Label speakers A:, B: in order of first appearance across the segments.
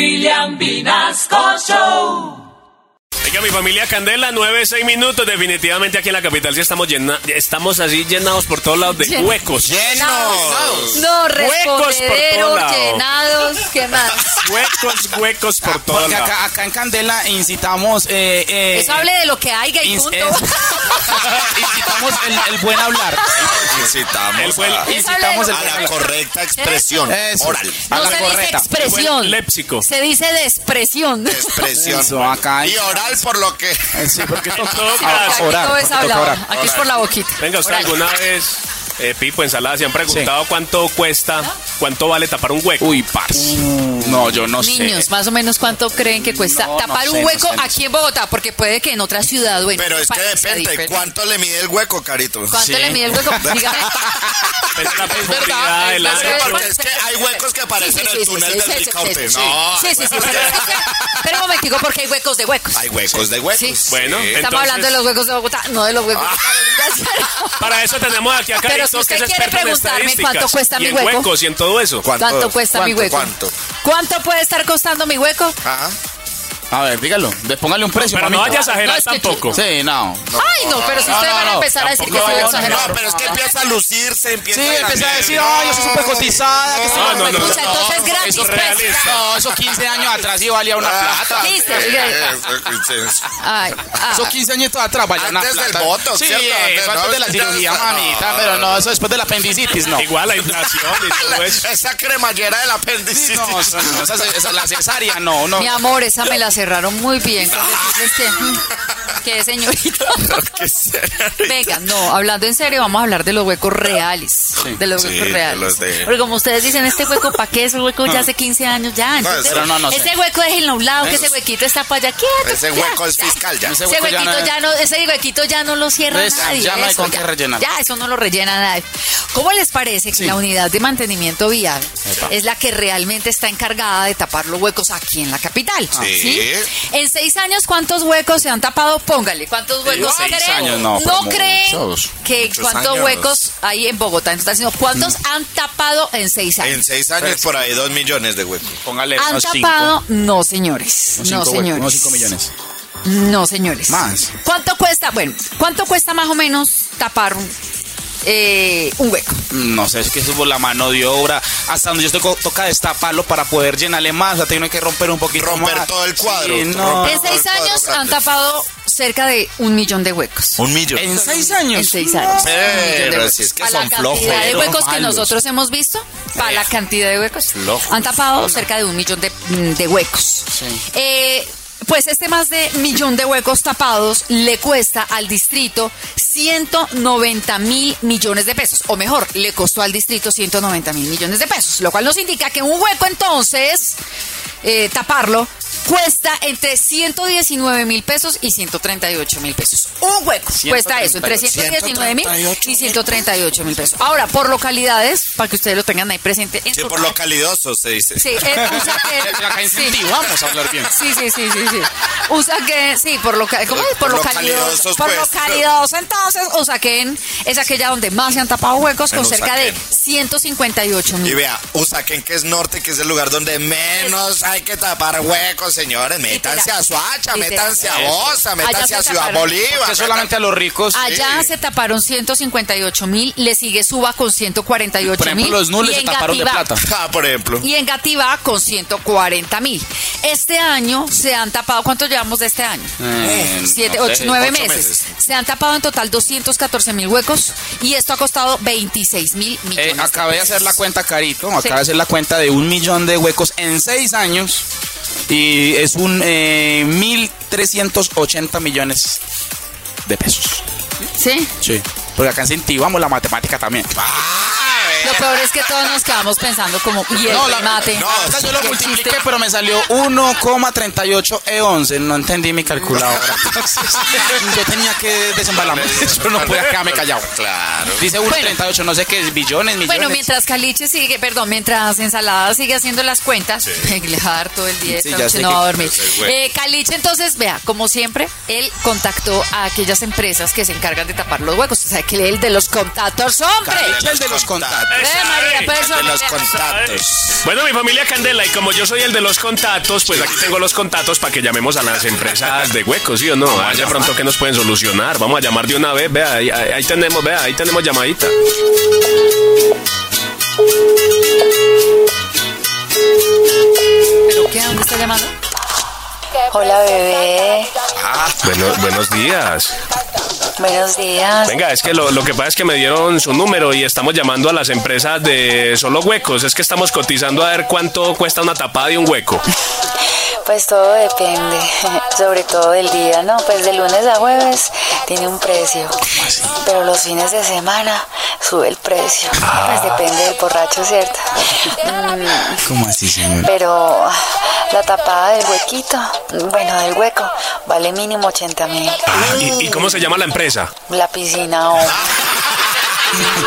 A: William Vinasco Show.
B: Oiga, mi familia Candela, 9, 6 minutos. Definitivamente aquí en la capital sí estamos llena, estamos así llenados por todos lados de
C: Llen-
B: huecos.
C: Llenados.
B: Llenos.
C: No,
B: Huecos por todo
C: respondedero,
B: lado.
C: llenados, ¿qué más?
B: Huecos, huecos por todos
D: Porque
B: lados.
D: acá, acá en Candela incitamos. eh, eh,
C: Eso hable de lo que hay, y
D: ins-
C: punto.
D: es- incitamos el, el buen hablar.
B: El
E: Incitamos
B: buen-
E: a,
C: Eso
D: Incitamos
C: hable
D: el
E: a
D: buen
E: la
D: hablar.
E: correcta expresión
D: Eso.
E: oral.
D: a
C: No
D: la
C: se dice
D: correcta.
C: expresión,
B: Buen léxico.
C: se dice de expresión.
E: Expresión.
D: Eso, acá hay-
E: Y oral por lo que.
D: Eh, sí, porque esto-
B: Todo
D: Ah,
B: gas.
C: Aquí
D: orar,
C: todo es
D: porque toca
C: hablado,
D: orar.
C: aquí es por la boquita.
B: Venga, ¿usted
C: Oral.
B: alguna vez, eh, Pipo, ensalada, se han preguntado cuánto cuesta, cuánto vale tapar un hueco?
D: Uy, parce. No, yo no
C: Niños,
D: sé.
C: más o menos cuánto creen que cuesta
D: No, no
C: tapar
D: sé,
C: un
D: no
C: hueco
D: sé, no
C: aquí en Bogotá, porque puede que en otra ciudad, bueno.
E: Pero es que
C: para-
E: depende.
C: diferente.
E: ¿Cuánto le mide el hueco, carito?
C: ¿Cuánto
D: Sí.
C: le mide el hueco? Dígame.
B: Pues la
C: verdad,
B: profundidad, el
C: es
B: ancho.
C: verdad.
E: Porque es que hay huecos que parecen el túnel del Ricaurte. No,
C: Sí,
E: hay
C: sí, sí.
E: huecos-
C: sí, sí, sí. Pero un momentico, porque hay huecos de huecos.
E: Hay huecos de huecos.
C: Sí.
B: Pues, Bueno,
C: Estamos
B: entonces, Ah.
C: hablando de los huecos de Bogotá, no de los huecos de Carolina.
B: para eso tenemos aquí a
C: Pero
B: Carito,
C: si
B: que
C: usted
B: es
C: quiere
B: experto en
C: preguntarme
B: estadísticas
C: cuánto cuesta
B: y
C: mi
B: en
C: hueco.
B: huecos y en todo eso.
C: ¿Cuánto cuesta mi hueco?
E: ¿Cuánto?
C: ¿Cuánto puede estar costando mi hueco?
E: Ajá.
D: A ver, dígalo. de- Póngale un precio,
B: Pero no
D: mamita.
B: vayas a exagerar
C: es que-
B: tampoco.
D: Sí, no.
C: Ay, no, pero si
D: No,
C: ustedes
D: no,
C: van a
D: no,
C: empezar a decir que
B: tampoco
C: estoy
B: vaya a
C: exagerando.
E: No, pero es que empieza a lucirse, empieza
D: Sí,
E: a.
D: empecé a decir,
E: no,
D: ay, yo soy súper cotizada. que soy
B: No,
D: la
B: no, no,
D: mejor".
C: O sea, entonces gratis,
B: eso es
C: pues.
B: realista.
D: No, eso 15 años atrás sí valía una plata.
C: Listo,
E: Eh,
C: sigue.
E: eh, eso,
C: Ay, ah,
D: Esos 15 años atrás valía una
E: Antes
D: plata.
E: del voto,
D: Sí,
E: ¿cierto? Antes,
D: eso antes
E: ¿no?
D: de la
E: Ya
D: cirugía,
E: está.
D: mamita. Pero no, eso después de la apendicitis, no.
B: Igual la inflación y todo eso.
E: Esa cremallera del
D: Sí,
E: apéndice.
D: no, o sea, no, esa- esa- la cesárea, no, no.
C: mi amor, esa me la cerraron muy bien. con decirles que, mm, que señorita.
E: ¿Qué será?
C: Venga, no, hablando en serio, vamos a hablar de los huecos reales. de los
E: Sí,
C: huecos
E: de
C: reales.
E: los de- Ah.
C: Porque como ustedes dicen, este hueco, ¿para qué? Ese hueco ya hace 15 años, ya. Entonces,
E: pero
D: no, no sé.
C: ese hueco déjenlo a un lado, que
E: Eso-
C: ese huequito está para allá. Quieto,
E: Ese
C: ya,
E: hueco es
C: ya.
E: fiscal ya.
D: Ese
C: Ese
D: hueco ya
C: huequito
D: no-
C: ya no, ese huequito ya no lo cierra
D: Res-
C: nadie.
D: ya no hay
C: eso,
D: con qué rellenar.
C: Ya, eso no lo rellenan nadie. ¿Cómo les parece que la unidad de mantenimiento vial es la que realmente está encargada de tapar los huecos aquí en la capital?
E: Sí.
C: En seis años, ¿cuántos huecos se han tapado? Póngale, ¿cuántos huecos
D: seis
C: creen?
D: años, no, pero
C: creen
E: muchos,
C: que
E: muchos
C: cuántos
E: años.
C: huecos hay en Bogotá. Entonces, sino, ¿cuántos
D: Mm.
C: han tapado en seis años?
E: En seis años por ahí dos millones de huecos.
D: Póngale
C: ¿Han
D: unos cinco,
C: tapado? No, señores.
D: unos
C: no,
D: cinco huecos,
C: señores.
D: unos 5 millones.
C: No, señores.
D: Más.
C: ¿Cuánto cuesta? Bueno, ¿cuánto cuesta más o menos tapar un, eh, un hueco?
D: Mm, No sé, es que eso por la mano de obra. Hasta donde yo toco, toca destaparlo para poder llenarle más. O sea, tiene que romper un poquito
E: Romper
D: más.
E: todo el cuadro.
D: Sí, no.
E: Romper-
C: en seis
E: cuadro
C: años
E: grande.
C: han tapado cerca de un millón de huecos.
E: Un millón.
D: ¿En seis años?
C: En seis años.
E: Pero
C: huecos.
E: si es que
C: Para la
D: son flojos,
C: cantidad de
D: pero
C: huecos que
D: malos.
C: nosotros hemos visto, para la cantidad de huecos,
D: flojos.
C: han tapado cerca de un millón de, mm, de huecos. Eh, pues este más de millón de huecos tapados le cuesta al distrito 190 mil millones de pesos, o mejor, le costó al distrito 190 mil millones de pesos, lo cual nos indica que un hueco entonces, eh, taparlo, cuesta entre 119 mil pesos y 138 mil pesos. Un hueco cuesta eso, entre 119 mil y 138 mil pesos. Ahora, por localidades, para que ustedes lo tengan ahí presente. En
E: Sí, por
C: total-
E: lo calidoso se dice.
C: Sí, eh, o sea que-
D: Acá
C: sí.
D: incentivamos a hablar bien.
C: Sí, sí, sí, sí, sí. Usa que, sí, por lo que, ¿cómo es? Por,
E: Por
C: lo
E: lo
C: calidoso.
E: calidosos,
C: Por lo
E: pues.
C: calidoso, entonces, Usaquén es aquella donde más se han tapado huecos con
E: En
C: cerca de
E: Usaquén.
C: 158
E: Y
C: mil.
E: vea, Usaquén, que es norte, que es el lugar donde menos hay que tapar huecos, señores. Métanse a Suacha,
C: Literal.
E: métanse a Bosa,
C: Allá
E: métanse
C: se
E: a Ciudad
C: taparon.
D: Que
E: Bolívar.
D: solamente a los ricos.
C: Allá se taparon 158 mil, le sigue Suba con 148 mil.
D: Por ejemplo, los nules
C: y
D: se
C: en
D: taparon de
C: Gativá-
D: plata.
E: Ah, por ejemplo.
C: Y en Gativá con 140 mil. Este año se han tapado, ¿cuánto llevamos de este año?
D: Eh,
C: Siete,
D: no sé,
C: ocho, nueve
E: ocho
C: meses.
E: meses.
C: Se han tapado en total 214 mil huecos y esto ha costado 26 mil
D: Eh,
C: millones. de
D: acabé de
C: pesos.
D: hacer la cuenta, Carito. Acabé
C: Sí.
D: de hacer la cuenta de un millón de huecos en seis años. Y es un eh, 1.380 millones de pesos.
C: Sí.
D: Sí. Porque acá incentivamos la matemática también.
E: Ah,
C: Lo
E: vea.
C: peor es que todos nos quedamos pensando como, y el
D: la,
C: remate.
D: no, o sea, yo lo multipliqué, pero me salió 1,38 E11. E No entendí mi calculadora. Entonces, yo tenía que desembalarme. Yo no podía quedarme callado.
E: Claro.
D: Dice 1,38, no sé qué es, billones, millones.
C: Bueno, mientras Caliche sigue, perdón, mientras Ensalada sigue haciendo las cuentas, le va a dar todo el día,
D: Sí,
C: esta
D: ya
C: noche
D: sé
C: no
D: que-
C: va a dormir.
E: ese es bueno.
C: Eh, Caliche, entonces, vea, como siempre, él contactó a aquellas empresas que se encargan de tapar los huecos. O sea, que él de los contactos, hombre.
D: Caliche, el de los contactos.
F: Eh, María, pues,
E: de los
F: María.
E: contactos.
B: Bueno, mi familia Candela, y como yo soy el de los contactos, pues aquí tengo los contactos para que llamemos a las empresas de huecos, ¿sí o no? Vaya pronto que nos pueden solucionar. Vamos a llamar de una vez, vea, ahí, ahí- ahí tenemos, vea, ahí tenemos llamadita.
F: ¿Pero qué? ¿A ¿Dónde está llamando?
C: Hola bebé,
B: Bueno, buenos días.
C: buenos días.
B: Venga, es que lo, lo que pasa es que me dieron su número y estamos llamando a las empresas de solo huecos. Es que estamos cotizando a ver cuánto cuesta una tapada de un hueco.
C: Pues todo depende, sobre todo del día, ¿no? Pues de lunes a jueves tiene un precio,
G: ¿Ah,
C: pero los fines de semana sube el precio.
G: Ah.
C: Pues depende del borracho, ¿cierto? Mm,
G: ¿Cómo así, señor?
C: Pero la tapada del huequito, bueno, del hueco, vale mínimo 80 mil.
B: Ah, ¿y, y cómo se llama la empresa?
C: La piscina o...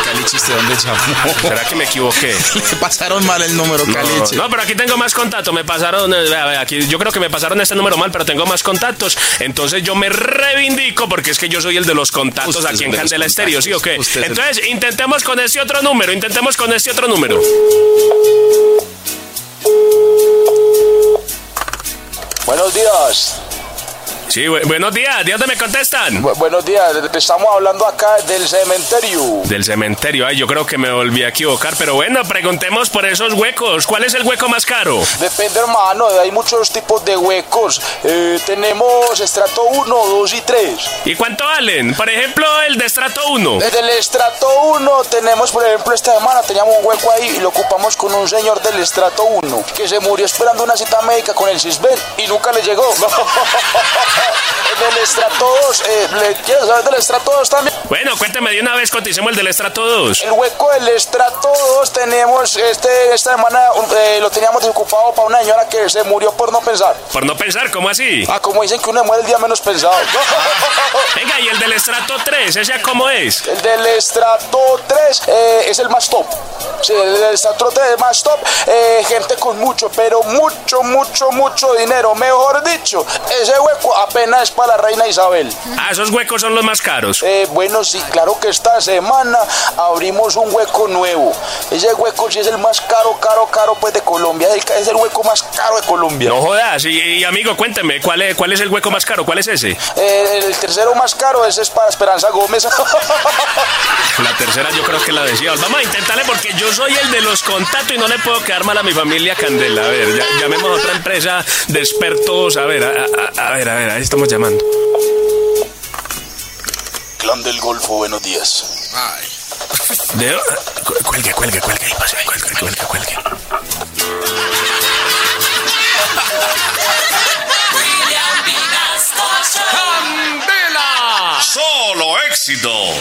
G: Cali chiste, ¿dónde llamó?
B: ¿Será que me equivoqué?
G: Le pasaron mal el número,
B: No,
G: Caliche.
B: no, pero aquí tengo más contacto. Me pasaron, eh, vea, vea, aquí, yo creo que me pasaron este número mal, pero tengo más contactos. Entonces yo me reivindico porque es que yo soy el de los contactos
G: Usted es el
B: aquí en
G: de los
B: Candela Estéreo, ¿sí o qué?
G: contactos. Usted es el-
B: Entonces intentemos con este otro número, intentemos con este otro número.
D: Buenos días.
B: Sí, bu- buenos días, ¿de dónde me contestan?
D: Bu- buenos días. Estamos hablando acá del cementerio.
B: Del cementerio, ay, yo creo que me volví a equivocar, pero bueno, preguntemos por esos huecos. ¿Cuál es el hueco más caro?
D: Depende, hermano. Hay muchos tipos de huecos. Eh, tenemos estrato 1, 2 y 3.
B: ¿Y cuánto valen? Por ejemplo, el de estrato 1.
D: Desde el Eh, estrato 1 tenemos, por ejemplo, esta semana teníamos un hueco ahí y lo ocupamos con un señor del estrato 1 que se murió esperando una cita médica con el CISBEN y nunca le llegó. en el estrato 2, eh, ¿le quieres saber del estrato 2 también?
B: Bueno, cuéntame de una vez, coticemos el del estrato 2.
D: El hueco del estrato 2 tenemos este, esta semana un- eh, lo teníamos ocupado para una señora que se murió por no pensar.
B: Por no pensar, ¿cómo así?
D: Ah, como dicen que uno muere el día menos pensado.
B: Venga, y el del estrato 3, ¿ese cómo es?
D: El del estrato 3 eh, es el más top. Sí, el del estrato 3 es más top. Eh, gente con mucho, pero mucho, mucho, mucho dinero. Mejor dicho, ese hueco apenas es para la reina Isabel.
B: Ah, esos huecos son los más caros.
D: Eh, bueno, sí, claro que esta semana abrimos un hueco nuevo. Ese hueco sí es el más caro, caro, caro pues de Colombia. Es el, ca- es el hueco más caro de Colombia.
B: No jodas, y, y, amigo, cuéntame, ¿cuál es, ¿cuál es el hueco más caro? ¿Cuál es ese?
D: Eh, el tercero más caro ese es para Esperanza Gómez.
B: La tercera yo creo que la decía. Vamos a intentarle porque yo soy el de los contactos y no le puedo quedar mal a mi familia Candela. A ver, ya- llamemos a otra empresa de expertos. A ver, a, a- a ver, a ver, ahí estamos llamando.
D: Clan del Golfo, buenos días.
E: Ay.
B: De- cu- Cuelgue, cuelgue, cuelgue, ahí pase, cuelgue, cuelgue, cuelgue.
H: William Vinasco Show.
E: Solo éxito.